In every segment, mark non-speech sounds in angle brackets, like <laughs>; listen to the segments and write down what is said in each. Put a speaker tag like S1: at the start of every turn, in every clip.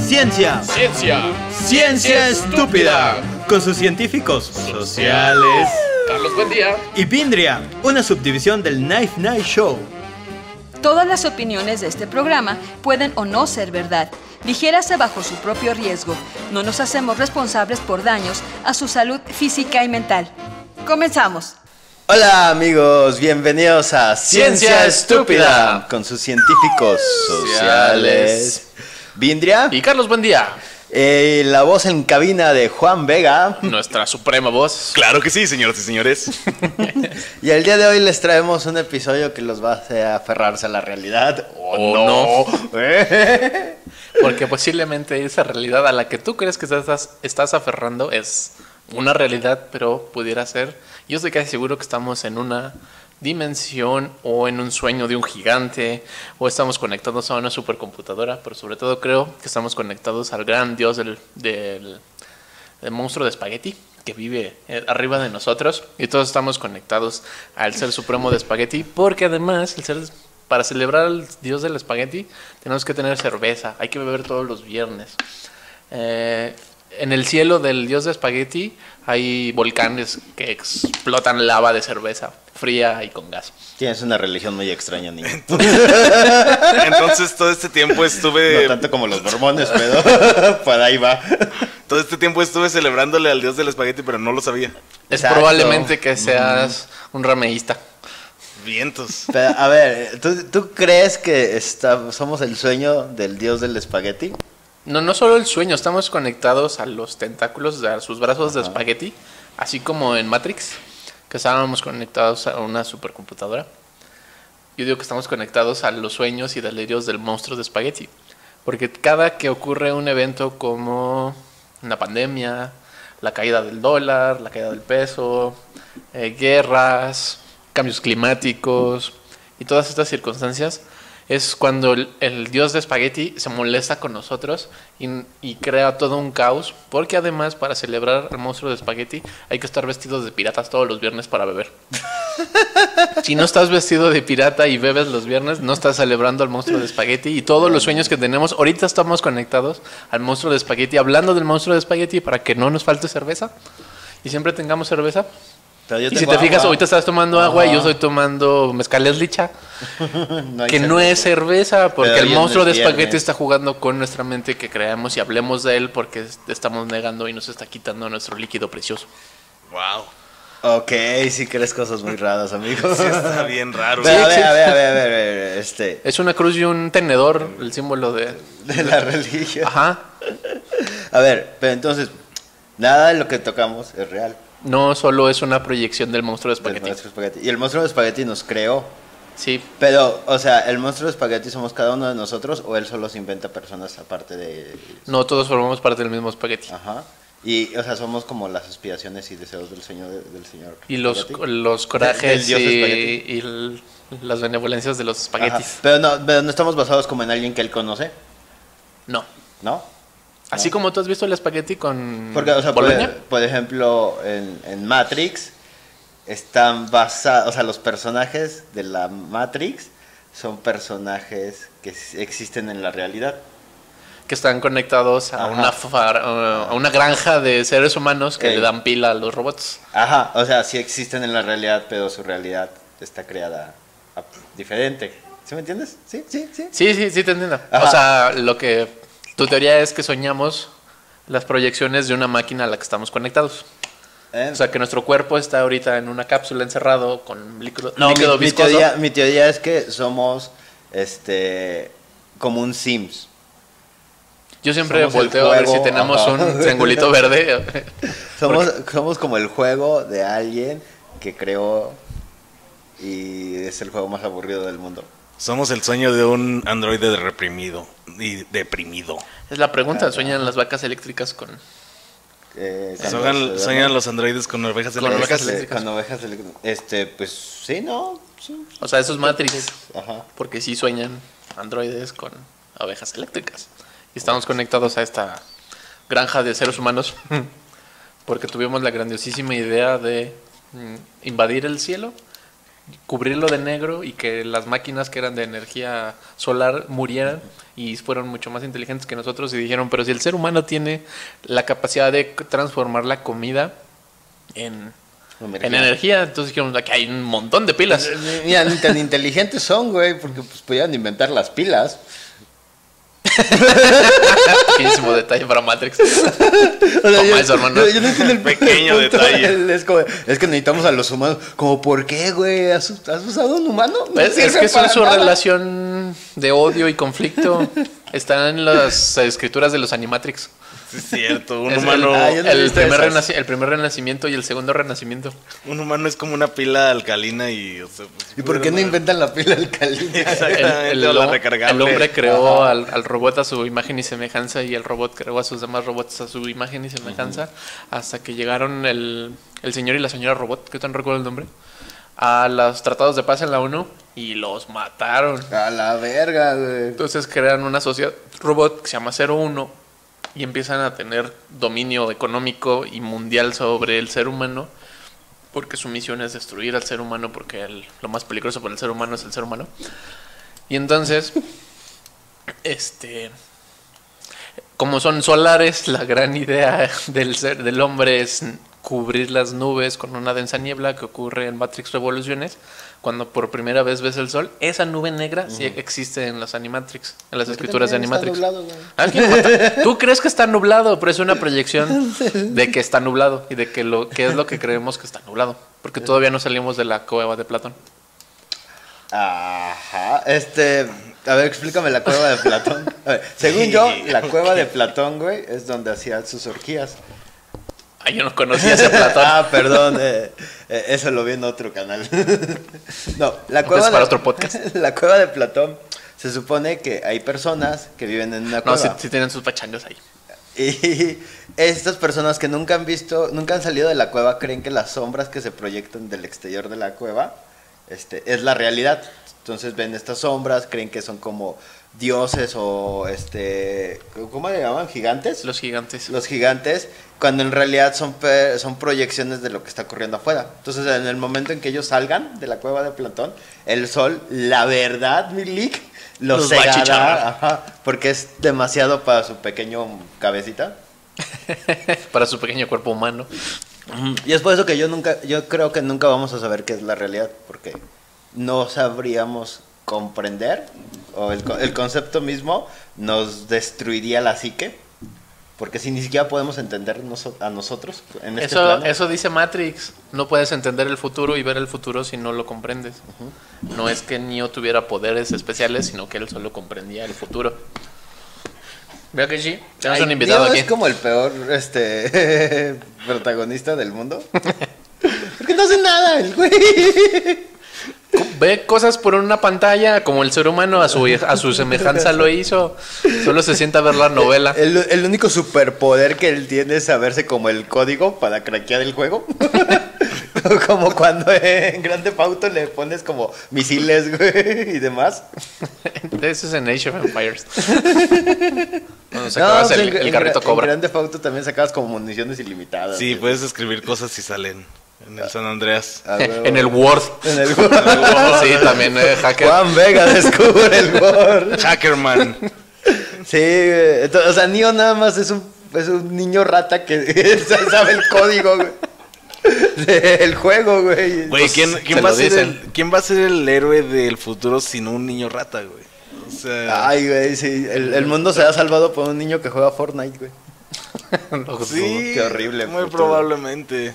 S1: Ciencia.
S2: Ciencia.
S1: Ciencia estúpida. Con sus científicos sociales.
S2: Carlos, buen día.
S1: Y Pindria, una subdivisión del Knife Night Show.
S3: Todas las opiniones de este programa pueden o no ser verdad. Ligérase bajo su propio riesgo. No nos hacemos responsables por daños a su salud física y mental. Comenzamos.
S1: Hola amigos, bienvenidos a
S2: Ciencia Estúpida.
S1: con sus científicos sociales. Vindria,
S2: Y Carlos, buen día.
S1: eh, la voz en cabina de Juan Vega.
S2: Nuestra suprema voz.
S4: Claro que sí, señoras y señores.
S1: Y el día de hoy les traemos un episodio que los va a hacer aferrarse a la realidad. ¿O
S2: O
S1: no? <laughs> ¿Eh?
S2: Porque posiblemente esa realidad a la que tú crees que estás, estás aferrando es una realidad, pero pudiera ser. Yo estoy casi seguro que estamos en una dimensión o en un sueño de un gigante o estamos conectados a una supercomputadora, pero sobre todo creo que estamos conectados al gran dios del, del- del monstruo de espagueti que vive eh, arriba de nosotros y todos estamos conectados al ser supremo de espagueti porque además el ser para celebrar al dios del espagueti tenemos que tener cerveza, hay que beber todos los viernes. Eh, en el cielo del dios de espagueti hay volcanes que explotan lava de cerveza fría y con gas.
S5: Tienes una religión muy extraña,
S2: <laughs>
S5: niño.
S4: Entonces todo este tiempo
S5: No
S4: estuve,
S5: tanto como los mormones, pero <laughs> por ahí va.
S4: todo este tiempo estuve celebrándole al dios del espagueti, pero no lo sabía.
S2: Es
S5: Exacto.
S2: probablemente que seas un rameísta.
S4: Vientos.
S5: Pero, a ver, ¿tú, tú crees que está- somos el sueño del dios del espagueti?
S2: No, no solo el sueño, estamos conectados a los tentáculos, de- a sus brazos de espagueti, así como en Matrix, que estábamos conectados a una supercomputadora. Yo digo que estamos conectados a los sueños y delirios del monstruo de espagueti, porque cada que ocurre un evento como una pandemia, la caída del dólar, la caída del peso, eh, guerras, cambios climáticos y todas estas circunstancias, es cuando el, el dios de espagueti se molesta con nosotros y, y crea todo un caos, porque además para celebrar al monstruo de espagueti hay que estar vestidos de piratas todos los viernes para beber. si no estás vestido de pirata y bebes los viernes, no estás celebrando al monstruo de espagueti y todos los sueños que tenemos, ahorita estamos conectados al monstruo de espagueti, hablando del monstruo de espagueti para que no nos falte cerveza y siempre tengamos cerveza.
S5: Pero yo
S2: Y si
S5: tengo
S2: te fijas,
S5: agua.
S2: ahorita estás tomando agua y yo
S5: Ajá.
S2: estoy tomando mezcal licha
S5: No hay
S2: que no
S5: cerveza.
S2: es cerveza, porque
S5: Pero
S2: el
S5: hoy
S2: monstruo
S5: es
S2: de
S5: viernes.
S2: espagueti está jugando con nuestra mente que creamos y hablemos de él porque es- estamos negando y nos está quitando nuestro líquido precioso.
S4: Wow.
S5: Ok, sí crees cosas muy raras, amigo.
S4: Sí está bien
S5: <laughs>
S4: raro.
S5: Pero, a,
S2: Sí,
S5: ver,
S2: sí.
S5: a ver, a ver, a ver, a ver, este,
S2: Es una cruz y un tenedor, el símbolo de...
S5: de la religión.
S2: Ajá,
S5: A ver, pero entonces, nada de lo que tocamos es real.
S2: no solo es una proyección del monstruo de
S5: del
S2: espagueti.
S5: monstruo espagueti. Y el monstruo de espagueti nos creó.
S2: Sí,
S5: Pero, o sea, ¿el monstruo de espagueti somos cada uno de nosotros o él solo se inventa personas aparte de...
S2: no todos formamos parte del mismo espagueti.
S5: Ajá. Y, o sea, somos como las aspiraciones y deseos del señor... Del señor
S2: Y los,
S5: espagueti.
S2: los corajes
S5: del dios
S2: y,
S5: espagueti.
S2: y l- las benevolencias de los
S5: Ajá.
S2: espaguetis.
S5: Pero no, pero no estamos basados como en alguien que él conoce,
S2: No.
S5: ¿no?
S2: Así como tú has visto el espagueti con
S5: Ah. Porque, o sea, por, e-,
S2: Boloña.
S5: por ejemplo, en, en Matrix están basados... O sea, los personajes de la Matrix son personajes que s- existen en la realidad.
S2: que están conectados a
S5: Ajá.
S2: una, far- a una granja de seres humanos que
S5: Ok.
S2: le dan pila a los robots.
S5: Ajá, o sea, sí existen en la realidad, pero su realidad está creada a- diferente. ¿Sí me entiendes? Sí, sí, sí.
S2: Sí, sí, sí, te entiendo. O
S5: Ajá.
S2: sea, lo que tu teoría es que soñamos las proyecciones de una máquina a la que estamos conectados.
S5: Eh,
S2: O sea, que nuestro cuerpo está ahorita en una cápsula encerrado con líquido,
S5: no, mi,
S2: líquido
S5: mi
S2: viscoso.
S5: teoría, mi teoría es que somos este como un Sims.
S2: Yo siempre
S5: somos el
S2: volteo a ver si
S5: juego,
S2: tenemos
S5: ajá.
S2: un triangulito verde. <laughs>
S5: Somos, somos como el juego de alguien que creó y es el juego más aburrido del mundo.
S4: Somos el sueño de un androide de reprimido y deprimido.
S2: Es la pregunta, ¿sueñan las vacas eléctricas con...?
S5: Eh, cuando
S4: Sueñan,
S5: se-
S4: sueñan los androides con ovejas
S2: Con ovejas
S4: eléctricas.
S5: este,
S2: eléctricas.
S5: Cuando ovejas eléctricas. Este, pues sí, ¿no? Sí.
S2: O sea, eso es Matrix.
S5: Ajá.
S2: Porque sí sueñan androides con abejas eléctricas. Y estamos conectados a esta granja de seres humanos. <laughs> Porque tuvimos la grandiosísima idea de mm, invadir el cielo cubrirlo de negro y que las máquinas que eran de energía solar murieran y fueron mucho más inteligentes que nosotros y dijeron, pero si el ser humano tiene la capacidad de transformar la comida en,
S5: Energía.
S2: en energía, entonces dijeron que hay un montón de
S5: <laughs>
S2: pilas.
S5: Mira, ni tan inteligentes son, güey, porque pues podían inventar las pilas.
S2: Pequeñísimo detalle para Matrix.
S5: O sea,
S2: Toma
S5: yo,
S2: eso, hermano.
S5: yo- yo no entiendo <laughs> el
S4: Pequeño
S5: punto.
S4: detalle.
S5: Es, como, es que necesitamos a los humanos. Como, ¿por qué, güey? ¿Has, us- has usado un humano? No
S2: Pues, es
S5: sirve
S2: que su,
S5: para
S2: su
S5: nada.
S2: relación de odio y conflicto está en las escrituras de los Animatrix.
S4: Sí, es cierto.
S5: <laughs>
S4: Un
S2: Es el-
S4: humano,
S5: Ah, yo
S2: el,
S5: no he visto
S2: primer
S5: esas.
S2: renaci- el primer renacimiento y el segundo
S4: <laughs>
S2: renacimiento.
S4: un humano es como una pila alcalina y. o sea, pues,
S5: ¿Y
S4: <laughs>
S5: por qué no inventan la pila alcalina? <laughs>
S2: El,
S4: Exactamente,
S2: el
S4: o la
S2: hom-
S4: recargable.
S2: el hombre creó al, al robot a su imagen y semejanza y el robot creó a sus demás robots a su imagen y semejanza hasta que llegaron el, el señor y la señora robot, que tan recuerdo el nombre, a los tratados de paz en la ONU y los mataron.
S5: A la verga, güey.
S2: Entonces crean una sociedad robot que se llama 01 y empiezan a tener dominio económico y mundial sobre el ser humano porque su misión es destruir al ser humano porque el- lo más peligroso para el ser humano es el ser humano. Y entonces, este, como son solares, la gran idea del, ser, del hombre es cubrir las nubes con una densa niebla que ocurre en Matrix Revoluciones. Cuando por primera vez ves el sol, esa nube negra sí existe en los Animatrix, en las escrituras de
S5: también está
S2: Animatrix.
S5: nublado, güey.
S2: Ah, ¿qué importa? Tú crees que está nublado, pero es una proyección
S5: <laughs>
S2: de que está nublado y de que lo que es lo que creemos que está nublado, porque todavía no salimos de la cueva de Platón.
S5: Ajá. Este. A ver, explícame la cueva de Platón. A ver, según <laughs> yo, la cueva de Platón, güey, es donde hacía sus orgías.
S2: Ah, yo no conocía ese Platón.
S5: Ah, perdón, eh, eh, eso lo vi en otro canal. <laughs> no, la
S2: No,
S5: cueva
S2: es para
S5: de,
S2: otro podcast.
S5: <laughs> La cueva de Platón. Se supone que hay personas que viven en una
S2: No,
S5: cueva.
S2: sí, sí tienen sus pachangos ahí.
S5: Y estas personas que nunca han visto, nunca han salido de la cueva, creen que las sombras que se proyectan del exterior de la cueva este, es la realidad. Entonces ven estas sombras, creen que son como dioses o este. ¿Cómo le llamaban? ¿Gigantes?
S2: Los gigantes.
S5: los gigantes, cuando en realidad son, pe- son proyecciones de lo que está ocurriendo afuera. Entonces, en el momento en que ellos salgan de la cueva de Platón, el sol, la verdad, Milik, los,
S2: Los va a chicharrar.
S5: cegará, ajá, porque es demasiado para su pequeño cabecita.
S2: <laughs> Para su pequeño cuerpo humano.
S5: Y es por eso que yo nunca, yo creo que nunca vamos a saber qué es la realidad, porque no sabríamos comprender, o el, co- el concepto mismo nos destruiría la psique, porque si ni siquiera podemos entender noso- a nosotros en este
S2: Eso,
S5: plano.
S2: eso dice Matrix. No puedes entender el futuro y ver el futuro si no lo comprendes. No es que Neo tuviera poderes especiales, sino que él solo comprendía el futuro. Veo que sí. Tenemos
S5: Ay,
S2: un invitado
S5: Neo
S2: aquí.
S5: Es como el peor este <laughs> protagonista
S2: <laughs>
S5: del mundo. Porque no hace nada el güey.
S2: Ve cosas por una pantalla, como el ser humano a su,
S5: <laughs>
S2: a su semejanza lo hizo. Solo se sienta a ver la novela.
S5: El, el único superpoder que él tiene es saberse como el código para craquear el juego. <laughs> como cuando en Grande Pauto le pones como misiles, güey, y demás.
S2: Pues Eso es en Age of
S5: <laughs>
S2: Empires. Cuando
S5: No,
S2: sacabas
S5: pues
S2: el,
S5: en-
S2: el
S5: en
S2: carrito
S5: Gra-
S2: cobra. pues.
S5: En Grande Pauto también sacabas como municiones ilimitadas.
S4: Sí,
S5: güey.
S4: puedes escribir cosas y salen. En el San
S5: <laughs>
S4: Andreas.
S2: <laughs>
S5: A huevo.
S2: en el Word.
S5: En el
S2: <laughs> sí, también eh, hacker.
S5: Juan Vega descubre el Word.
S4: Hackerman.
S5: Sí, güey. Entonces, o sea, Neo nada más es un, es un niño rata que <laughs> sabe el código, güey. Del juego, güey.
S4: Güey,
S2: Pues,
S4: ¿quién, quién
S2: se
S4: va a
S2: lo
S4: ser
S2: dicen.
S4: el, ¿quién va a ser el héroe del futuro sin un niño rata, güey? O sea,
S5: Ay, güey, sí. El, el mundo se ha salvado por un niño que juega Fortnite, güey.
S2: Lo-
S4: sí,
S5: qué horrible
S4: Muy
S5: futuro.
S4: probablemente.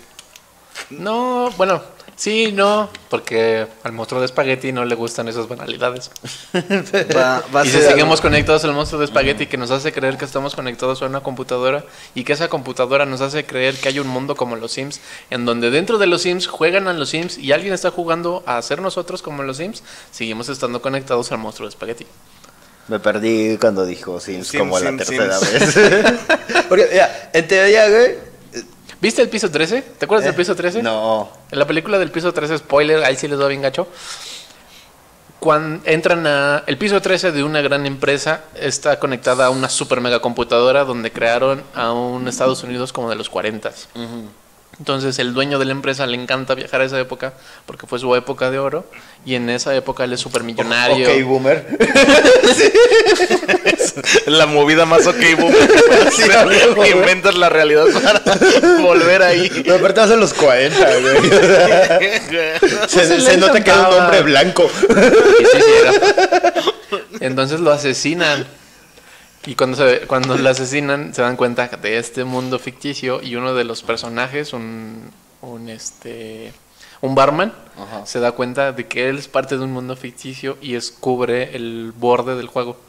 S2: No, bueno, sí, no, porque al monstruo de espagueti no le gustan esas banalidades.
S4: Va, va a
S2: Y si
S4: ser-
S2: seguimos conectados al monstruo de espagueti que nos hace creer que estamos conectados a una computadora y que esa computadora nos hace creer que hay un mundo como los Sims, en donde dentro de los Sims juegan a los Sims y alguien está jugando a ser nosotros como los Sims, seguimos estando conectados al monstruo de espagueti.
S5: Me perdí cuando dijo Sims
S4: Sims,
S5: como la
S4: Sims,
S5: tercera
S4: Sims.
S5: vez. <laughs> Porque, mira, en teoría, güey. eh,
S2: ¿Viste el piso 13? ¿Te acuerdas
S4: Eh,
S2: del piso 13?
S5: No.
S2: En la película del piso 13, spoiler, ahí sí les doy bien gacho. Cuando entran a. El piso 13 de una gran empresa está conectada a una super mega computadora donde crearon a un Estados Unidos como de los 40. Entonces el dueño de la empresa le encanta viajar a esa época porque fue su época de oro y en esa época él es supermillonario.
S5: Ok, <laughs> boomer.
S4: La movida más ok, boomer, que puede ser. Inventas la realidad para
S2: <laughs>
S4: volver ahí.
S5: Pero aparte hace los 40,
S4: <laughs>
S5: güey. Se,
S2: se le
S5: se nota que era un
S2: encantaba.
S5: hombre blanco.
S2: Y sí, sí era. Entonces lo asesinan. Y cuando, se, cuando lo asesinan se dan cuenta de este mundo ficticio y uno de los personajes, un, un, este, un barman, se da cuenta de que él es parte de un mundo ficticio y es, cubre el borde del juego,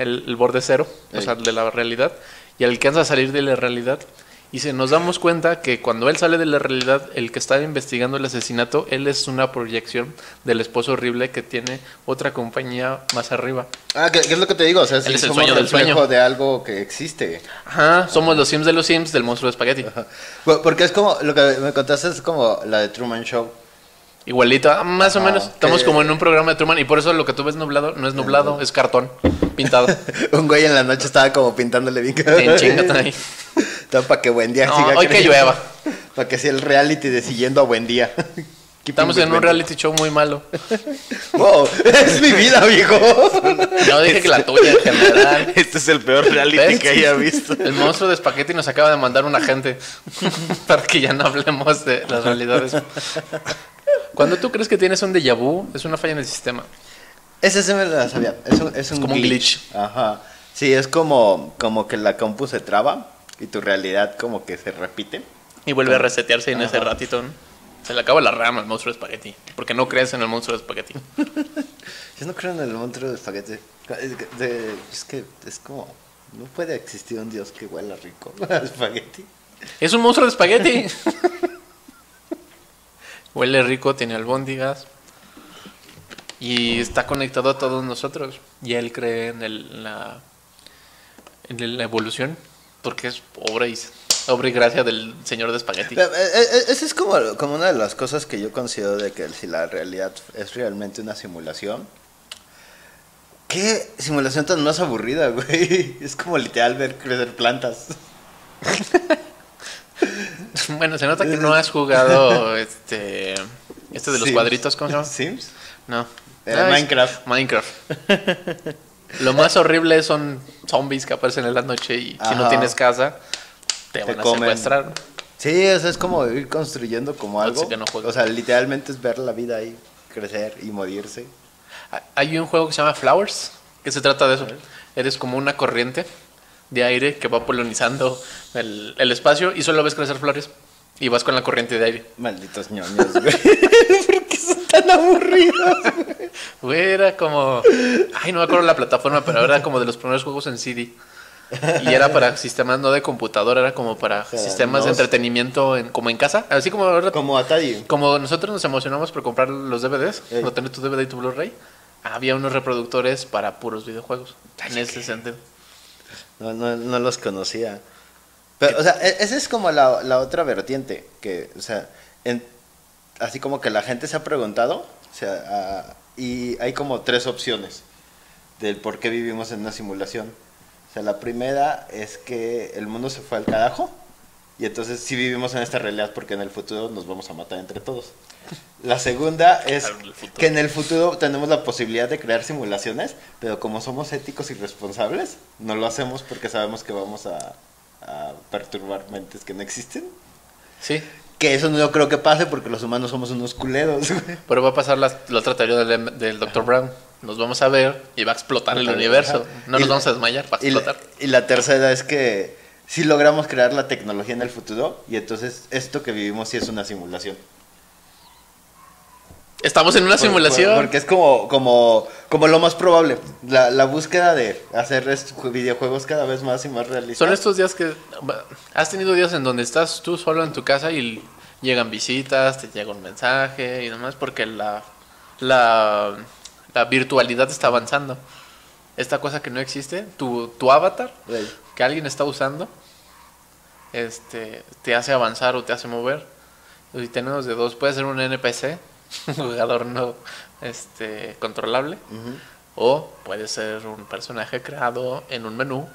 S2: el, el borde cero, o sea, de la realidad, y alcanza a salir de la realidad. Y se nos damos cuenta que cuando él sale de la realidad, el que está investigando el asesinato, él es una proyección del esposo horrible que tiene otra compañía más arriba.
S5: Ah, ¿qué, qué es lo que te digo? O sea, sí
S2: Él es el
S5: somos
S2: sueño del
S5: reflejo
S2: sueño.
S5: de algo que existe.
S2: Ajá, somos los Sims de los Sims del monstruo de espagueti.
S5: Por- Porque es como, lo que me contaste es como la de Truman Show.
S2: Igualito, ah, más o
S5: Ajá,
S2: menos. Estamos
S5: que-
S2: como en un programa de Truman y por eso lo que tú ves nublado no es nublado, es cartón pintado.
S5: <laughs> Un güey en la noche estaba como pintándole bien.
S2: en chinga trae.
S5: <laughs> para que buen día
S2: No, hoy que
S5: <laughs>
S2: llueva.
S5: Para que sea el reality de siguiendo a buen día. <laughs>
S2: Estamos en un reality show muy malo.
S5: Wow, <laughs> es mi vida, viejo.
S2: <laughs> No dije que la tuya en general.
S4: Este es el peor reality
S2: ¿Ves?
S4: que haya visto.
S2: El monstruo de espagueti nos acaba de mandar un agente <laughs> para que ya no hablemos de las realidades. Cuando tú crees que tienes un déjà vu, es una falla en el sistema.
S5: Ese se me la sabía. Es un, es un
S2: como un
S5: Ajá. Sí, es como, como que la compu se traba y tu realidad como que se repite.
S2: Y vuelve a resetearse en ese ratito. ¿no? Se le acaba la rama al monstruo de espagueti. Porque no crees en el monstruo de espagueti.
S5: Yo no creo en el monstruo de espaguete. Es que- de- es que es como. No puede existir un dios que huela rico <laughs> a espagueti.
S2: Es un monstruo de espagueti. <laughs> Huele rico, tiene albóndigas. Y está conectado a todos nosotros. Y él cree en, el- en la, en la evolución. Porque es obra y, obra y gracia del señor de
S5: <laughs>
S2: espagueti.
S5: Pero, eh, eh, Esa es como, como una de las cosas que yo considero de que si la realidad es realmente una simulación. ¿Qué simulación tan más aburrida, güey? <laughs> Es como literal ver crecer plantas.
S2: Bueno, se nota que no has jugado este, este de los
S5: Sims.
S2: cuadritos, ¿cómo se llama?
S5: ¿Sims?
S2: No.
S5: Era
S2: No, es-
S5: Minecraft.
S2: Minecraft. <laughs> Lo más horrible son zombies que aparecen en la noche y si no
S5: Ajá.
S2: tienes casa, te,
S5: Te
S2: van a
S5: comen.
S2: secuestrar.
S5: Sí, o sea, es como ir construyendo como
S2: Así
S5: algo.
S2: que no juego.
S5: o sea, literalmente es ver la vida ahí crecer y morirse.
S2: Hay un juego que se llama Flowers, que se trata de eso. Eres como una corriente de aire que va polinizando el, el espacio y solo ves crecer flores y vas con la corriente de aire.
S5: Malditos ñoños, güey. <laughs> ¿Por qué son tan aburridos?
S2: Güey, era como... Ay, no me acuerdo la plataforma, pero era como de los primeros juegos en CD. Y era para sistemas no de computadora, era como para
S5: sea,
S2: sistemas de
S5: no-
S2: entretenimiento en, como en casa. Así como ahora
S5: Como Atari.
S2: Como nosotros nos emocionamos por comprar los DVDs,
S5: Ey.
S2: por tener tu DVD y tu Blu-ray, había unos reproductores para puros videojuegos. En ese sentido.
S5: No, no, no los conocía. Pero, o sea, e- esa es como la, la otra vertiente, que, o sea, en- así como que la gente se ha preguntado, o sea, ah, y hay como tres opciones del por qué vivimos en una simulación. O sea, la primera es que el mundo se fue al carajo, y entonces sí vivimos en esta realidad porque en el futuro nos vamos a matar entre todos. La segunda es
S2: Claro, en el futuro.
S5: que en el futuro tenemos la posibilidad de crear simulaciones, pero como somos éticos y responsables, no lo hacemos porque sabemos que vamos a, a perturbar mentes que no existen.
S2: Sí,
S5: Que eso no creo que pase porque los humanos somos unos culeros. güey.
S2: pero va a pasar la, la otra teoría del, del Dr. Brown. Nos vamos a ver y va a explotar el universo. No nos
S5: Y la-
S2: vamos a desmayar, va a
S5: Y la,
S2: explotar.
S5: y la tercera es que si logramos crear la tecnología en el futuro y entonces esto que vivimos sí es una simulación.
S2: Estamos en una
S5: Por- por-
S2: simulación.
S5: porque es como, como, como lo más probable. La, la búsqueda de hacer est- videojuegos cada vez más y más realistas.
S2: Son estos días que bah, has tenido días en donde estás tú solo en tu casa y llegan visitas, te llega un mensaje y demás porque la, la, la virtualidad está avanzando. Esta cosa que no existe, tu, tu avatar
S5: Güey.
S2: que alguien está usando, este, te hace avanzar o te hace mover. Y tenemos de dos, puede ser un NPC, <laughs> un jugador no este, controlable, o puede ser un personaje creado en un menú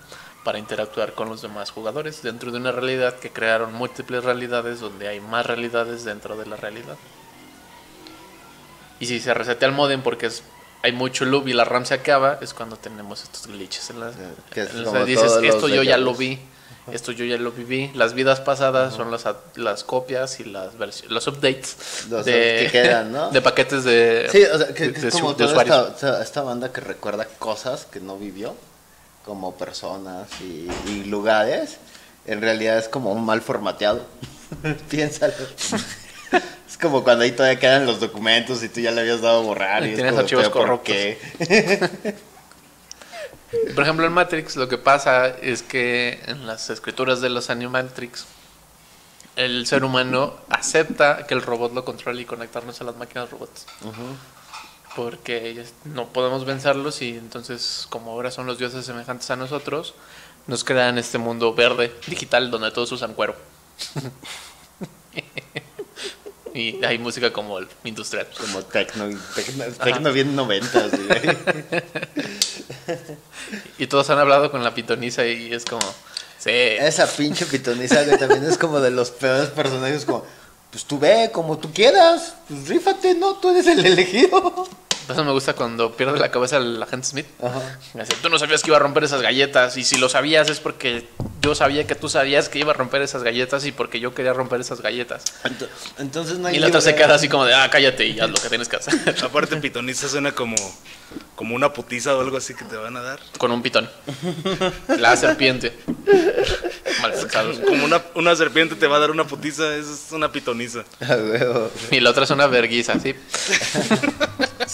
S2: para interactuar con los demás jugadores dentro de una realidad que crearon múltiples realidades donde hay más realidades dentro de la realidad. Y si se resetea el modem porque es- hay mucho loop y la RAM se acaba, es cuando tenemos estos glitches. En las,
S5: que es
S2: en las-
S5: como
S2: dices,
S5: todos los
S2: esto yo ya
S5: backups".
S2: lo vi, esto yo ya lo viví. Las vidas pasadas son las, a- las copias y las versi- los updates
S5: Los que quedan, ¿no?
S2: <laughs> de paquetes de,
S5: Sí, o sea, que,
S2: de-
S5: que
S2: de
S5: es como
S2: su- de
S5: toda
S2: usuarios.
S5: esta, esta- esta banda que recuerda cosas que no vivió, como personas y, y lugares, en realidad es como un mal formateado. <laughs> Piénsalo. es como cuando ahí todavía quedan los documentos y tú ya le habías dado a borrar.
S2: Y
S5: es
S2: tienes
S5: como,
S2: archivos
S5: "¿Pero por
S2: corruptos".
S5: qué?".
S2: Por ejemplo, en Matrix lo que pasa es que en las escrituras de los Animatrix, el ser humano acepta que el robot lo controle y conectarnos a las máquinas robots. Porque ellas- no podemos vencerlos y entonces, como ahora son los dioses semejantes a nosotros, nos crean este mundo verde, digital, donde todos usan cuero. <laughs> y hay música como el industrial.
S5: Como tecno, tecno, tecno bien
S2: <laughs>
S5: noventas, güey.
S2: Y todos han hablado con la pitonisa y es como... Sí,
S5: Esa pinche pitoniza que también es como de los peores personajes, como, pues tú ve como tú quieras, pues rífate, ¿no? Tú eres el elegido.
S2: Por eso me gusta cuando pierde la cabeza el agente Smith. Me dice, tú no sabías que iba a romper esas galletas. Y si lo sabías es porque yo sabía que tú sabías que iba a romper esas galletas y porque yo quería romper esas galletas.
S5: Ento- Entonces no hay
S2: Y la otra se
S5: libertad.
S2: queda así como de, ah, cállate y haz lo que tienes que hacer. <laughs>
S4: Aparte, pitoniza suena como, como una putiza o algo así que te van a dar.
S2: Con un
S5: <laughs>
S2: pitón. La serpiente. Mal pensados.
S4: Como una, una serpiente te va a dar una putiza, eso es una pitoniza.
S5: <laughs> A Ah, huevo.
S2: Y la otra es una verguiza,
S5: <laughs>
S2: sí.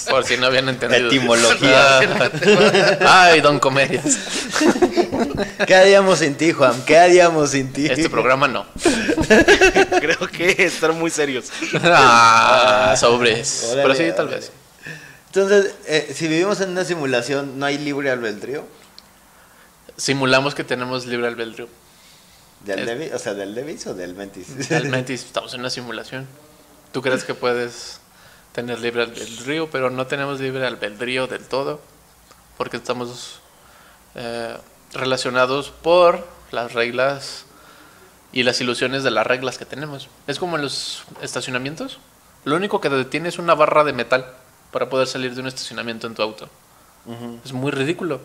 S2: Por si no habían entendido.
S5: Etimología.
S2: Ah, <laughs> Ay, don Comedias.
S5: ¿Qué haríamos sin ti, Juan? ¿Qué haríamos sin ti?
S2: Este programa
S5: <laughs>
S2: no.
S4: <laughs> Creo que estar muy serios.
S2: Ah, sobres.
S5: Órale,
S2: Pero sí, tal
S5: órale.
S2: vez.
S5: Entonces, eh, si vivimos en una simulación, ¿no hay libre albedrío?
S2: Simulamos que tenemos libre albedrío.
S5: ¿Del
S2: Es-
S5: Levi- O sea, ¿del Levis o del Mentis?
S2: Realmente estamos en una simulación. Tú crees que puedes tener libre albedrío, pero no tenemos libre albedrío del todo, porque estamos eh, relacionados por las reglas y las ilusiones de las reglas que tenemos. Es como en los estacionamientos. Lo único que te detiene es una barra de metal para poder salir de un estacionamiento en tu auto. Es muy ridículo,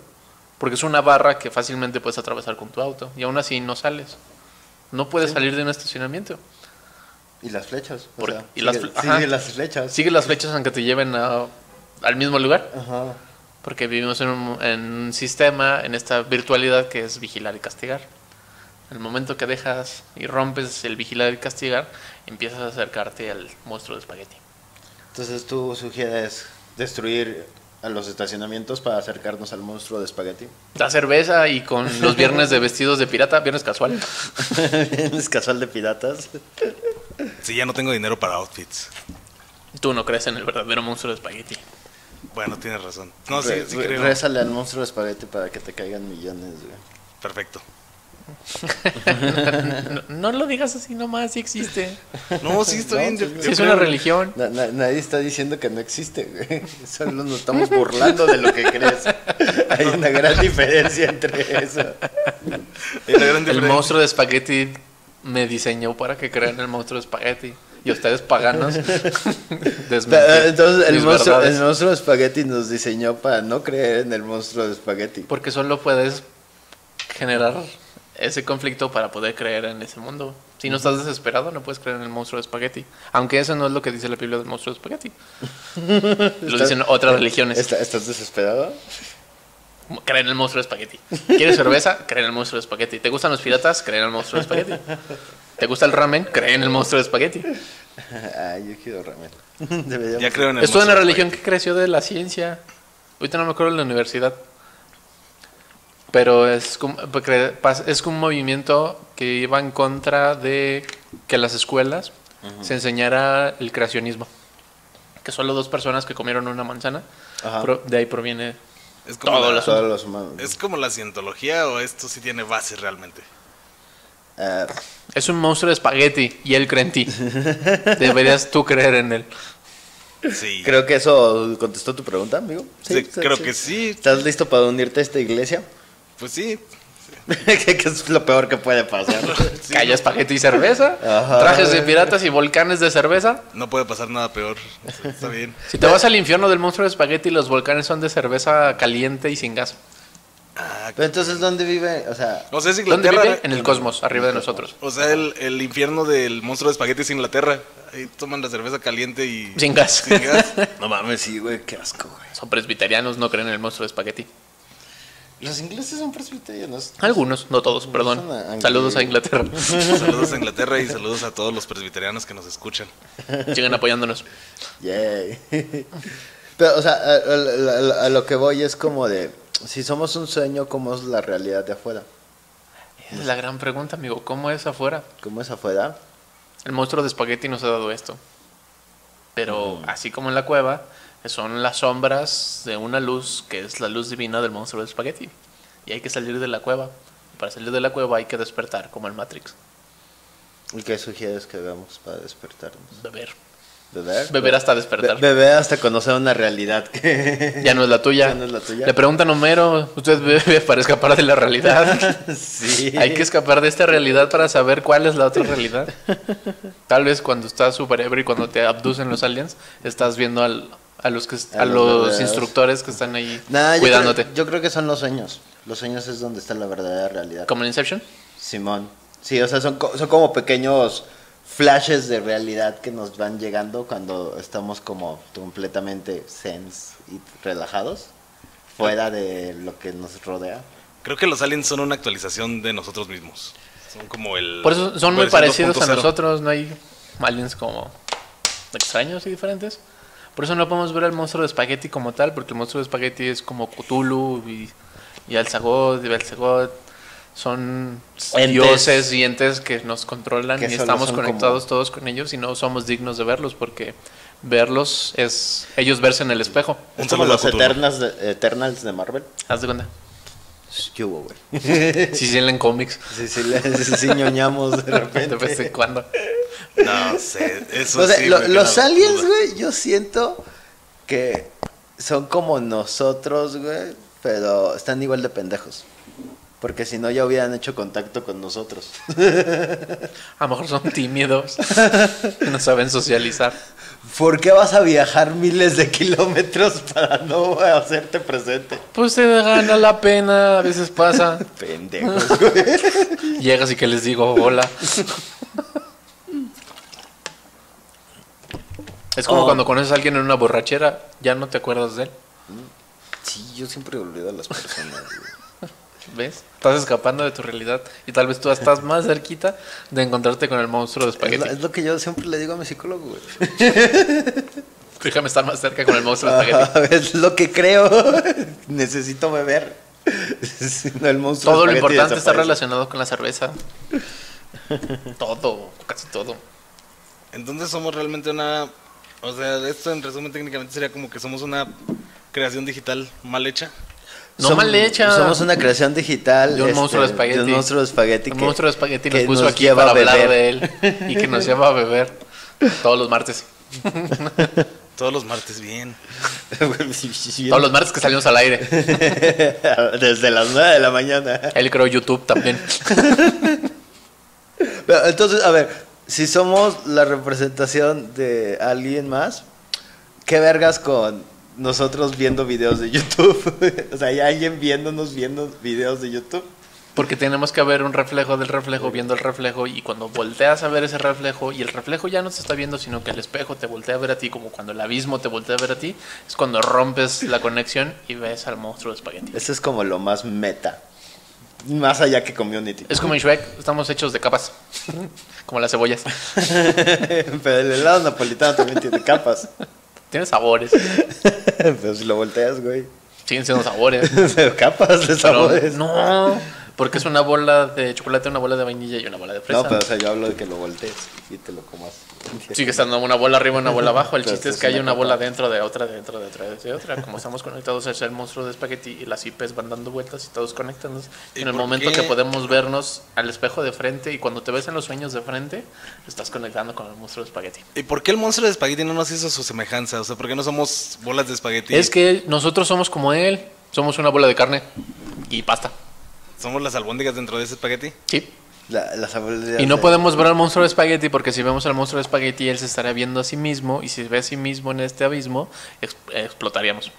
S2: porque es una barra que fácilmente puedes atravesar con tu auto y aún así no sales. No puedes salir de un estacionamiento.
S5: <laughs> y las flechas. o
S2: Por-
S5: sea,
S2: y las
S5: sigue-
S2: fle- ajá.
S5: sigue las flechas.
S2: Sigue las flechas aunque te lleven a- al mismo lugar,
S5: Ajá.
S2: porque vivimos en un, en un sistema, en esta virtualidad que es vigilar y castigar. En el momento que dejas y rompes el vigilar y castigar, empiezas a acercarte al monstruo de espagueti.
S5: Entonces tú sugieres destruir a los estacionamientos para acercarnos al monstruo de espagueti. <laughs>
S2: La cerveza y con
S4: <laughs>
S2: los viernes de vestidos de pirata, viernes casual.
S5: es casual de piratas.
S4: Si ya no tengo dinero para outfits.
S2: Tú no crees en el verdadero monstruo de espagueti.
S4: Bueno, tienes razón. No, sí,
S5: Re-
S4: sí
S5: re-
S4: creo.
S5: Rézale al monstruo de espagueti para que te caigan millones, güey.
S4: Perfecto.
S2: No, no lo digas así nomás, sí existe.
S4: No, sí, estoy
S5: No,
S4: bien. yo-
S5: sí,
S4: yo
S2: Sí es
S4: creo-
S2: una religión.
S5: Na- na- nadie está diciendo que no existe, güey. <laughs> Solo nos estamos burlando de lo que
S4: <laughs>
S5: crees. Hay una gran diferencia entre eso.
S4: Hay
S5: <laughs>
S4: una gran
S2: El
S4: diferencia.
S2: monstruo de espagueti me diseñó para que crean el monstruo de espagueti. Y ustedes paganos. desmentir
S5: eh, Ah, Entonces, el
S2: mis
S5: monstruo,
S2: verdades.
S5: el monstruo de espagueti nos diseñó para no creer en el monstruo de espagueti.
S2: Porque solo puedes generar ese conflicto para poder creer en ese mundo. Si no estás desesperado, no puedes creer en el monstruo de espagueti. Aunque eso no es lo que dice la Biblia del monstruo de
S5: <laughs>
S2: espagueti. Lo dicen otras religiones.
S5: ¿Está- ¿Estás desesperado? <laughs>
S2: Creen en el monstruo de espagueti. ¿Quieres cerveza? Creen en el monstruo de espagueti. ¿Te gustan los piratas? Creen en el monstruo de espagueti. ¿Te gusta el ramen? Creen en el monstruo de espagueti.
S5: Ay, yo quiero ramen. <laughs> Deberíamos-
S4: Ya creo en el
S2: Esto es una
S4: monstruo
S2: religión que creció de la ciencia. Ahorita no me acuerdo de la universidad. Pero es como, porque pas- es como un movimiento que iba en contra de que en las escuelas se enseñara el creacionismo. Que solo dos personas que comieron una manzana.
S5: Ajá.
S2: pro- de ahí proviene.
S4: Es como,
S2: Todo
S4: la,
S2: lo-
S5: Todos los ma-
S4: es como la cientología o esto sí tiene base realmente.
S5: Ah,
S2: Es un monstruo de espagueti y él cree
S5: <laughs>
S2: en ti. Deberías tú creer en él. <laughs>
S4: Sí.
S5: creo que eso contestó tu pregunta, amigo.
S4: Sí, creo que sí.
S5: ¿Estás listo para unirte a esta iglesia?
S4: Pues sí.
S5: <laughs> que que es lo peor que puede pasar.
S4: <laughs>
S2: Calle, espagueti y cerveza,
S5: Ajá.
S2: trajes de piratas y volcanes de cerveza.
S4: No puede pasar nada peor. Está bien.
S2: Si te vas al infierno del monstruo de espagueti, los volcanes son de cerveza caliente y sin gas.
S4: Ah,
S5: Pero entonces, ¿dónde vive? O sea,
S4: o sea, es
S2: ¿Dónde
S4: Inglaterra. ¿eh?
S2: vive? En el cosmos, arriba de nosotros.
S4: O sea, el, el infierno del monstruo de espagueti es Inglaterra. Ahí toman la cerveza caliente y.
S2: Sin gas.
S4: Sin
S2: <laughs>
S4: gas.
S5: no mames, sí, güey, qué asco, güey.
S2: Son presbiterianos, no creen en el monstruo de espagueti.
S5: Los ingleses son presbiterianos.
S2: Algunos, no todos,
S5: son a-
S2: perdón.
S5: a-
S2: Saludos a Inglaterra.
S4: <laughs> saludos a Inglaterra y saludos a todos los presbiterianos que nos escuchan.
S2: Sigan apoyándonos.
S5: Yay. <laughs> Pero, o sea, a, a- a- a lo que voy es como de, si somos un sueño, ¿cómo es la realidad de afuera?
S2: Esa es la gran pregunta, amigo. ¿Cómo es afuera?
S5: ¿Cómo es afuera?
S2: El monstruo de espagueti nos ha dado esto. Pero así como en la cueva, son las sombras de una luz que es la luz divina del monstruo de espagueti. Y hay que salir de la cueva. Para salir de la cueva hay que despertar, como el Matrix.
S5: ¿Y qué sugieres que hagamos para despertarnos?
S2: Beber.
S5: ¿Beber?
S2: Beber hasta despertar.
S5: Be- beber hasta conocer una realidad que... <laughs>
S2: Ya no es la tuya.
S5: Ya no es la tuya.
S2: Le preguntan a Homero, ¿usted bebe para escapar de la realidad?
S5: <laughs> sí.
S2: Hay que escapar de esta realidad para saber cuál es la otra realidad.
S5: <laughs>
S2: Tal vez cuando estás super ebrio y cuando te abducen los aliens, estás viendo al- a los que a,
S5: A los
S2: los,
S5: verdaderos.
S2: instructores que están ahí
S5: Nah, yo
S2: cuidándote.
S5: Creo, yo creo que son los sueños. Los sueños es donde está la verdadera realidad.
S2: Como en Inception.
S5: Simón. Sí, o sea, son, co- son como pequeños flashes de realidad que nos van llegando cuando estamos como completamente sens y relajados, fuera de lo que nos rodea.
S4: Creo que los aliens son una actualización de nosotros mismos. Son como el.
S2: Por eso son muy
S4: versión
S2: parecidos a
S4: 2.0.
S2: nosotros, no hay aliens como extraños y diferentes. Por eso no podemos ver al monstruo de espagueti como tal, porque el monstruo de espagueti es como Cthulhu y, y Alzagoth y Belzegoth. Son
S5: Entes.
S2: dioses y entes que nos controlan
S5: Que
S2: y
S5: solo
S2: estamos
S5: son
S2: conectados todos con ellos y no somos dignos de verlos porque verlos es ellos verse en el espejo.
S4: Un
S5: Es como
S4: saludo a
S5: los
S4: Cthulhu.
S5: Eternals de, Eternals de Marvel.
S2: Haz de
S5: <laughs>
S2: cuenta.
S5: ¿Qué hubo, güey?
S2: Si sí, en cómics. <laughs>
S5: Sí, sí, le- sí, sí, ñoñamos <laughs> de
S2: De vez en
S5: repente.
S2: cuando.
S4: No sé, eso
S5: O sea,
S4: sí
S5: lo-
S4: me queda
S5: los aliens,
S4: duda.
S5: güey, yo siento que son como nosotros, güey, pero están igual de pendejos. Porque si no, ya hubieran hecho contacto con nosotros. <laughs>
S2: A lo mejor son tímidos. <laughs> No saben socializar.
S5: ¿Por qué vas a viajar miles de kilómetros para no hacerte presente?
S2: Pues te gana la pena, a veces pasa.
S5: Pendejos.
S2: Llegas y que les digo hola. Es como
S5: Oh.
S2: cuando conoces a alguien en una borrachera, ya no te acuerdas de él.
S5: <laughs> Sí, yo siempre olvido a las personas. güey.
S2: ¿Ves? Estás escapando de tu realidad y tal vez tú estás más cerquita de encontrarte con el monstruo de
S5: Es lo,
S2: espagueti.
S5: es lo que yo siempre le digo a mi psicólogo, güey.
S2: <laughs> Déjame estar más cerca con el monstruo de espagueti.
S5: Ajá, <laughs> es lo que creo. Necesito beber. <laughs> Si no, el monstruo
S2: Todo lo
S5: espagueti
S2: importante está
S5: desaparece.
S2: relacionado con la
S5: <laughs>
S2: cerveza. Todo, casi todo.
S4: Entonces somos realmente una. O sea, esto en resumen técnicamente sería como que somos una creación digital mal hecha.
S2: No
S5: Som-
S2: mal hecha.
S5: Somos una creación digital. este,
S2: De un monstruo de espagueti.
S5: De un monstruo de espagueti.
S2: El
S5: que-
S2: monstruo de espagueti
S5: que
S2: nos puso
S5: nos
S2: aquí
S5: lleva
S2: para
S5: a
S2: hablar
S5: beber.
S2: de
S5: <laughs>
S2: él y que nos lleva a beber todos los martes.
S4: Todos los martes, bien.
S2: Todos los martes que salimos al aire.
S5: <laughs> Desde las 9 de la mañana.
S2: Él creó YouTube también.
S5: Pero, Entonces, a ver, si somos la representación de alguien más, ¿qué vergas con nosotros viendo videos de YouTube? <laughs> o sea, hay alguien viéndonos viendo videos de YouTube.
S2: Porque tenemos que ver un reflejo del reflejo viendo el reflejo y cuando volteas a ver ese reflejo y el reflejo ya no te está viendo sino que el espejo te voltea a ver a ti como cuando el abismo te voltea a ver a ti es cuando rompes la conexión y ves al monstruo de espagueti.
S5: Eso es como lo más meta. Más allá que community.
S2: Es como en Shrek, estamos hechos de capas, <laughs> como las cebollas.
S5: <laughs> Pero el helado napolitano también tiene capas.
S2: Tienen sabores,
S5: <laughs> Pero si lo volteas, güey. <laughs>
S2: siguen siendo sabores.
S5: Pero capas de
S2: Pero
S5: sabores.
S2: no, porque es una bola de chocolate, una bola de vainilla y una bola de fresa.
S5: No, pero o sea, yo hablo de que lo voltees y te lo comas.
S2: Sigue estando una bola arriba, una bola abajo. El
S5: Pero
S2: chiste
S5: es
S2: es que hay
S5: una
S2: una
S5: copa.
S2: bola dentro de otra, dentro de otra, dentro de otra. Como estamos conectados es el monstruo de espagueti y las IPs van dando vueltas y todos conectándose.
S4: ¿Y
S2: En el
S4: por
S2: momento
S4: qué?
S2: que podemos vernos al espejo de frente y cuando te ves en los sueños de frente, estás conectando con el monstruo de espagueti.
S4: ¿Y por qué el monstruo de espagueti no nos hizo su semejanza? O sea, ¿por qué no somos bolas de espagueti?
S2: Es que nosotros somos como él. Somos una bola de carne y pasta.
S4: somos las albóndigas dentro de ese espagueti.
S2: Sí.
S5: La- las albóndigas
S2: Y no
S5: de-
S2: podemos ver al monstruo de espagueti porque si vemos al monstruo de espagueti él se estaría viendo a sí mismo y si ve a sí mismo en este abismo ex- explotaríamos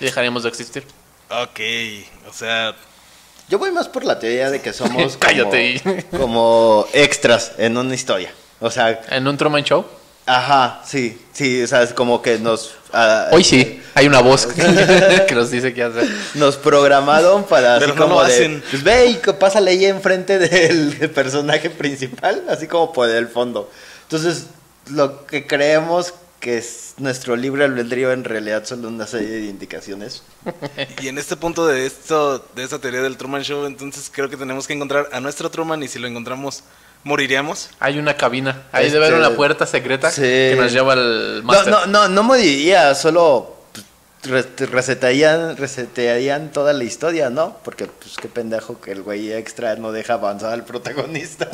S2: y dejaríamos de existir.
S4: Ok, o sea,
S5: Yo voy más por la teoría de que
S2: <laughs>
S5: somos.
S2: Cállate
S5: Como, como extras en una historia. O sea,
S2: En un Truman Show.
S5: ajá, sí, sí, o sea, es como que nos. ah,
S2: Hoy sí, hay una
S5: <laughs>
S2: voz <laughs> que nos dice qué hacer.
S5: Nos programaron para así
S4: Pero no
S5: como
S4: lo
S5: de,
S4: hacen.
S5: pues ve y que pásale ahí enfrente <laughs> del personaje principal, así como por el fondo. Entonces, lo que creemos que es nuestro libre albedrío en realidad son una serie de indicaciones.
S4: y en este punto de esto, de esta teoría del Truman Show, entonces creo que tenemos que encontrar a nuestro Truman y si lo encontramos, moriríamos.
S2: Hay una cabina. Hay de
S5: Este-
S2: ver una puerta secreta
S5: Sí.
S2: que nos lleva al
S5: No,
S2: máster.
S5: no, no, no moriría, solo pues, re- resetarían, resetearían toda la historia, ¿no? Porque, pues, qué pendejo que el güey extra no deja avanzar al protagonista.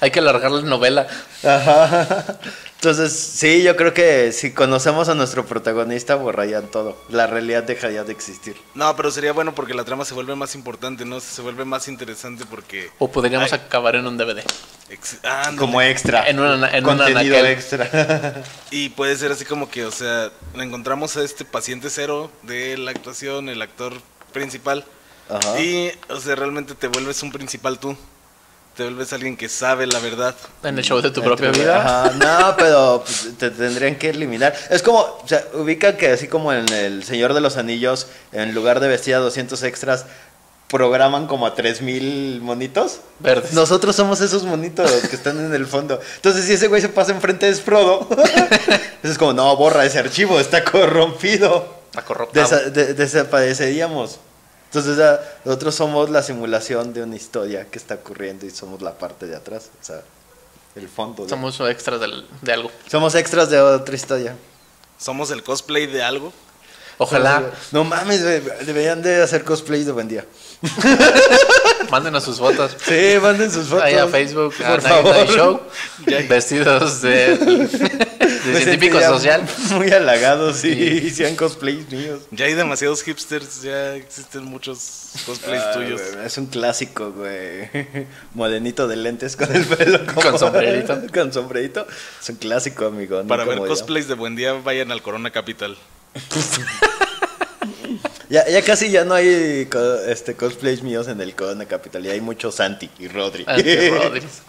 S2: Hay que alargar la novela.
S5: Ajá. Entonces, sí, yo creo que si conocemos a nuestro protagonista, borrarían todo. La realidad dejaría de existir.
S4: No, pero sería bueno porque la trama se vuelve más importante, ¿no? Se vuelve más interesante porque...
S2: O podríamos
S4: Ay.
S2: acabar en un DVD.
S4: ex- ah, ándale.
S5: Como extra.
S2: En una- en una
S5: contenido
S2: anaquel.
S5: extra.
S4: Y puede ser así como que, o sea, encontramos a este paciente cero de la actuación, el actor principal.
S5: Ajá.
S4: Y, o sea, realmente te vuelves un principal tú. Te vuelves alguien que sabe la verdad.
S2: En el show de tu propia vida.
S5: Mm, Ajá, no, pero pues, te tendrían que eliminar. Es como, o sea, ubica que así como en El Señor de los Anillos, en lugar de vestir a 200 extras, programan como a 3000 monitos.
S2: Verdes.
S5: Nosotros somos esos monitos que están en el fondo. Entonces, si ese güey se pasa enfrente de Frodo, <laughs> es como, no, borra ese archivo, está corrompido.
S2: Está corruptado.
S5: Desa- de- desapareceríamos. Entonces, ya, nosotros somos la simulación de una historia que está ocurriendo y somos la parte de atrás, o sea, el fondo. de-
S2: Somos extras del- de algo.
S5: Somos extras de otra historia.
S4: Somos el cosplay de algo.
S2: Ojalá
S5: No mames, güey, deberían de hacer cosplays de buen día.
S2: mándenos sus fotos.
S5: Sí, manden <laughs> sus fotos.
S2: Ahí a Facebook, a
S5: por
S2: Night Night Show,
S5: <laughs> favor.
S2: vestidos de, de
S5: <laughs> Me
S2: científico
S5: sentiría
S2: social.
S5: Muy halagados si hicieran cosplays míos.
S4: Ya hay demasiados hipsters, ya existen muchos cosplays
S5: Ah,
S4: tuyos.
S5: güey, es un clásico, güey. <laughs> Modenito de lentes con el pelo.
S2: <laughs>
S5: como-
S2: Con sombrerito.
S5: <laughs> con sombrerito. Es un clásico, amigo. no
S4: Para ver
S5: como yo.
S4: cosplays de buen día, vayan al Corona Capital.
S5: Ya, ya casi ya no hay co- este, cosplays míos en el Corona Capital. Ya hay muchos Santi y Rodri.
S2: Andy
S5: <laughs>
S2: Rodríguez.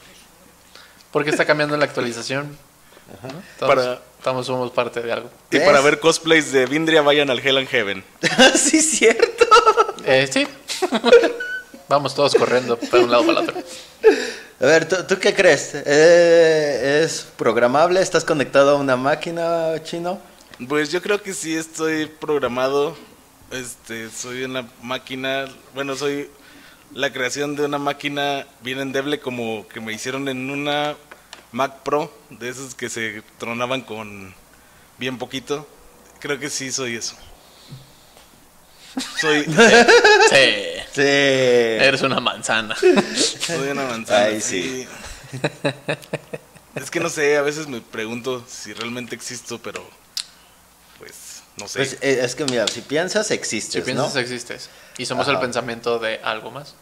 S2: Porque está cambiando la actualización. Todos,
S4: Para-
S2: estamos- somos parte de algo.
S4: Y
S5: ¿Ves?
S4: para ver cosplays de Vindria, vayan al Hell and Heaven.
S5: Ah, sí, cierto.
S2: Eh, sí. <laughs> Vamos todos corriendo para un lado para el otro.
S5: A ver, ¿tú, tú qué crees? Eh, ¿Es programable? ¿Estás conectado a una máquina chino?
S4: Pues yo creo que sí estoy programado. Este, soy una máquina. Bueno, soy la creación de una máquina bien endeble como que me hicieron en una Mac Pro, de esos que se tronaban con bien poquito. Creo que sí soy eso.
S5: <laughs>
S4: Soy,
S2: Sí.
S5: Sí.
S2: Eres una manzana.
S4: soy una manzana.
S5: Ay, sí.
S4: sí. Es que no sé, a veces me pregunto si realmente existo, pero pues no sé.
S5: Pues, eh, es que mira, si piensas,
S2: Si
S5: existes,
S2: piensas,
S5: ¿no?
S2: existes. Y somos
S5: Ajá.
S2: el pensamiento de algo más.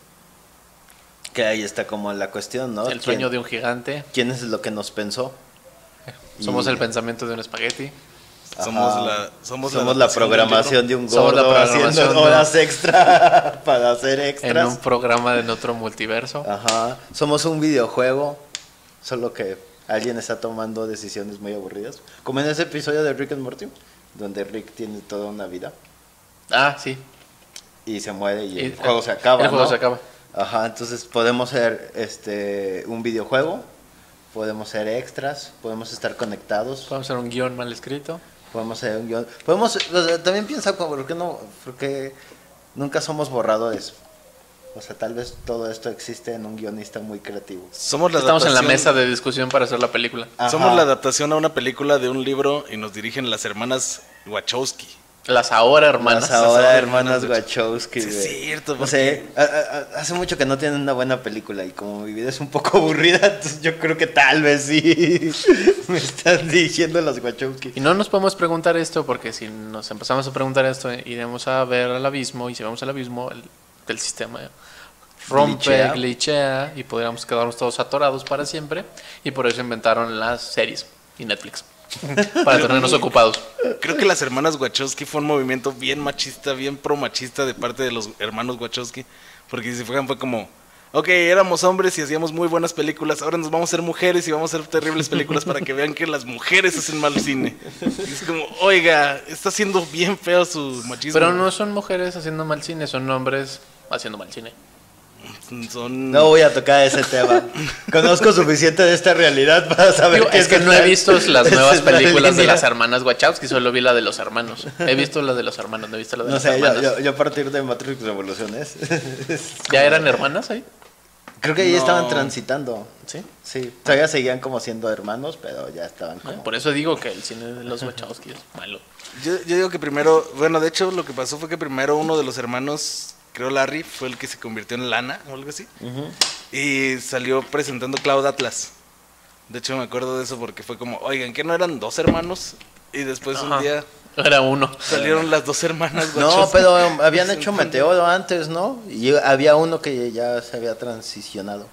S5: Que ahí está como la cuestión, ¿no?
S2: El sueño
S5: ¿Quién-
S2: de un gigante.
S5: ¿Quién es lo que nos pensó?
S2: Somos
S5: Y-
S2: el pensamiento de un espagueti.
S4: Somos
S5: Ajá.
S4: la, somos la
S5: Somos la
S4: adaptación del
S5: programación de un
S2: Somos la
S5: gordo
S2: programación
S5: haciendo
S2: de-
S5: horas extra <laughs> para hacer
S2: En
S5: extras. Ah.
S2: un programa de otro multiverso.
S5: Ajá. Somos un videojuego, solo que alguien está tomando decisiones muy aburridas. Como en ese episodio de Rick and Morty, donde Rick tiene toda una vida
S2: Ah, sí.
S5: y se muere y, el
S2: Y-
S5: juego se acaba.
S2: El juego
S5: ¿no?
S2: se acaba.
S5: Ajá, entonces podemos ser este un videojuego, podemos ser extras, podemos estar conectados,
S2: Vamos a hacer un guión mal escrito.
S5: podemos ser un guión. Podemos, o sea, también piensa como, ¿por qué no? Porque nunca somos borradores. O sea, tal vez todo esto existe en un guionista muy creativo.
S4: Somos la
S2: Estamos en la mesa
S4: adaptación-
S2: de discusión para hacer la película.
S5: Ajá.
S4: Somos la adaptación a una película de un libro y nos dirigen las hermanas Wachowski.
S2: Las ahora
S5: Las
S2: hermanas.
S5: ahora
S4: ahora
S5: hermanas
S4: hermanas
S5: Wachowski.
S4: Sí, es
S5: güey.
S4: cierto,
S5: No sé, a- a- a- hace mucho que no tienen una buena película y como mi vida es un poco <laughs> aburrida, entonces yo creo que tal vez sí <laughs> me están diciendo las Wachowski.
S2: Y no nos podemos preguntar esto porque si nos empezamos a preguntar esto, iremos a ver al abismo y si vamos al abismo, el- del sistema rompe, glitchea.
S5: Glitchea.
S2: y podríamos quedarnos todos atorados para siempre. Y por eso inventaron las series y
S5: <laughs>
S2: Netflix. para tenernos ocupados.
S4: Creo que las hermanas Wachowski fue un movimiento bien machista, bien pro machista de parte de los hermanos Wachowski. Porque si se fijan fue como, ok, éramos hombres y hacíamos muy buenas películas, ahora nos vamos a ser mujeres y vamos a hacer terribles películas para que vean que las mujeres hacen mal cine. Y es como, oiga, está siendo bien feo su machismo.
S2: Pero no son mujeres haciendo mal cine, son hombres haciendo mal cine.
S4: Son...
S5: No voy a tocar
S2: <laughs>
S5: ese tema. Conozco suficiente de esta realidad para saber
S2: Digo,
S5: qué
S2: es que no he
S5: real. <laughs>
S2: visto las
S5: Esa
S2: nuevas
S5: es la
S2: películas de
S5: línea.
S2: las hermanas Wachowski, solo vi la de los hermanos. He visto la de los hermanos, no he visto la de
S5: No
S2: las
S5: sé, yo,
S2: hermanas.
S5: yo, yo a partir de Matrix Revoluciones. <laughs>
S2: ¿Ya eran hermanas ahí?
S5: Creo que ahí
S4: No.
S5: estaban transitando.
S2: Sí.
S5: Sí, todavía seguían como siendo hermanos, pero ya estaban como.
S2: Por eso digo que el cine de los Wachowski es malo.
S4: Yo, yo digo que primero, bueno, de hecho lo que pasó fue que primero uno de los hermanos, creo Larry, fue el que se convirtió en Lana o algo así. Y salió presentando Cloud Atlas. De hecho me acuerdo de eso porque fue como, oigan, ¿que no eran dos hermanos? Y después
S2: Ajá.
S4: Pues un día
S2: Era uno.
S4: salieron las dos hermanas.
S5: No,
S4: guachos.
S2: <laughs>
S5: pero um,
S4: <laughs>
S5: habían hecho Meteoro antes, ¿no? Y había uno que ya se
S2: <laughs>
S5: había transicionado.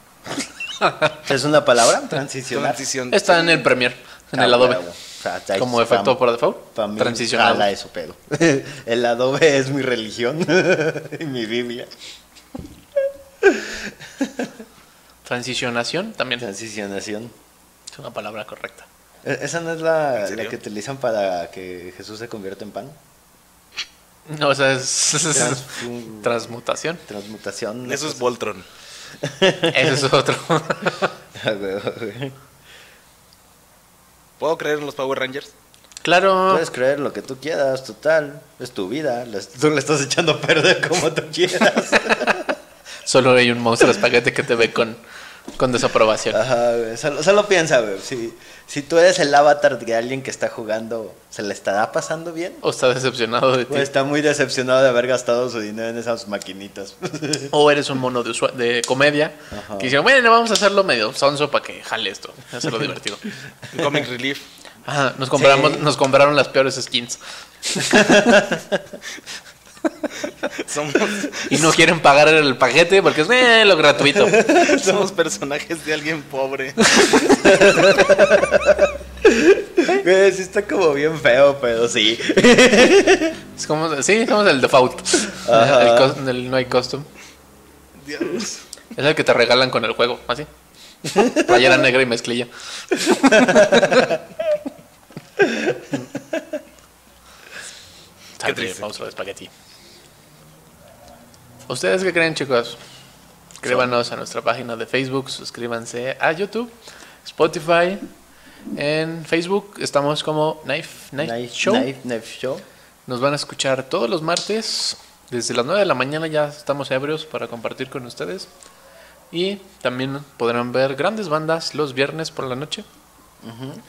S5: ¿Es una palabra? Transicionar.
S4: Transición.
S2: Está en el Premiere, en el
S5: Ah,
S2: Adobe.
S5: huevo. O sea, ahí
S2: Como
S5: está,
S2: efecto por
S5: pa'
S2: default,
S5: mí
S2: transicionado.
S5: jala eso, pedo. <laughs> El adobe es mi religión <laughs> y mi Biblia.
S2: Transicionación también
S5: Transicionación.
S2: es una palabra correcta.
S5: E- ¿Esa no es la,
S4: ¿En serio?
S5: la que utilizan para que Jesús se convierta en pan?
S4: <laughs>
S2: No, o sea, es, es- es- <laughs>
S5: Transfu-
S2: transmutación.
S5: Transmutación. <laughs>
S4: Eso es Voltron.
S2: Ese es otro. <laughs>
S5: Ah, güey.
S4: ¿Puedo creer en los Power Rangers?
S2: claro,
S5: Puedes creer lo que tú quieras, total. Es tu vida. le- Tú le estás echando a perder <laughs> como tú quieras.
S2: solo hay un monstruo espaguete que te ve con, con desaprobación.
S5: Ajá, güey, Solo, solo piensa, güey. Si, si tú eres el avatar de alguien que está jugando, ¿se le estará pasando bien?
S2: O está decepcionado de ti.
S5: O está muy decepcionado de haber gastado su dinero en esas maquinitas.
S2: O eres un mono de, usua- de comedia
S5: Ajá.
S2: que dice, bueno, vamos a hacerlo medio sonso para que jale
S5: <laughs>
S2: esto. Hacerlo divertido.
S4: Comic Relief.
S2: Ajá, nos, compramos,
S5: Sí.
S2: nos compraron las peores skins
S4: Somos, <laughs>
S2: y no quieren pagar el paquete porque es "Eh, lo gratuito.
S4: somos personajes de alguien pobre.
S5: <laughs> Güey, sí está como bien feo, pero sí.
S2: Es como, sí, somos el default.
S5: Ajá.
S2: El, cos- el no hay custom.
S4: Dios.
S2: Es el que te regalan con el juego, así. Playera negra y mezclilla. Qué
S4: triste.
S2: monstruo de espagueti. ¿Ustedes qué creen, chicos? Escríbanos a nuestra página de Facebook, suscríbanse a YouTube, Spotify. En Facebook estamos como Knife Night
S5: Knife
S2: Show.
S5: Knife- Knife Show.
S2: Nos van a escuchar todos los martes. Desde las 9 de la mañana ya estamos ebrios para compartir con ustedes. Y también podrán ver grandes bandas los viernes por la noche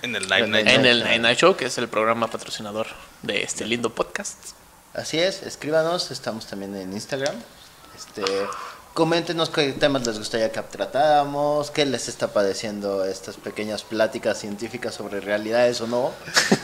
S4: En el Night
S5: En
S4: Night.
S5: el-
S2: en el Night Night Show, que es el programa patrocinador de este lindo podcast.
S5: Así es, escríbanos, estamos también en Instagram. Este, coméntenos qué temas les gustaría que tratáramos, qué les está padeciendo estas pequeñas pláticas científicas sobre realidades o no.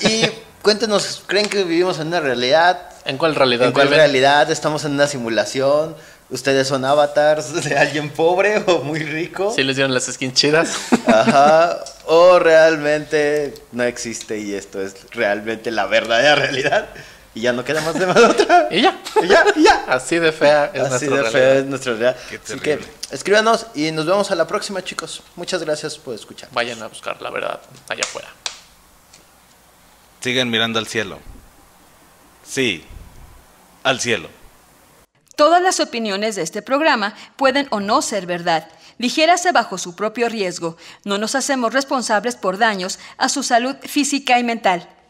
S5: Y cuéntenos, ¿creen que vivimos en una realidad?
S2: ¿En cuál realidad?
S5: ¿En cuál
S2: viven?
S5: realidad? ¿Estamos en una simulación? ¿Ustedes son avatars de alguien pobre o muy rico?
S2: ¿Sí les dieron las skins chidas? <laughs>
S5: Ajá. O realmente no existe y esto es realmente la verdadera realidad. Y ya no queda más de más otra.
S2: y ya.
S5: Y <laughs> ya, y ya.
S2: Así de fea es
S5: Así
S2: nuestra
S5: de
S2: realidad.
S5: feo es nuestra realidad.
S4: Qué
S5: Así que
S4: terrible.
S5: escríbanos y nos vemos a la próxima, chicos. Muchas gracias por escuchar.
S2: Vayan a buscar la verdad allá afuera.
S4: Sigan mirando al cielo. Sí, al cielo.
S3: Todas las opiniones de este programa pueden o no ser verdad. Ligérase bajo su propio riesgo. No nos hacemos responsables por daños a su salud física y mental.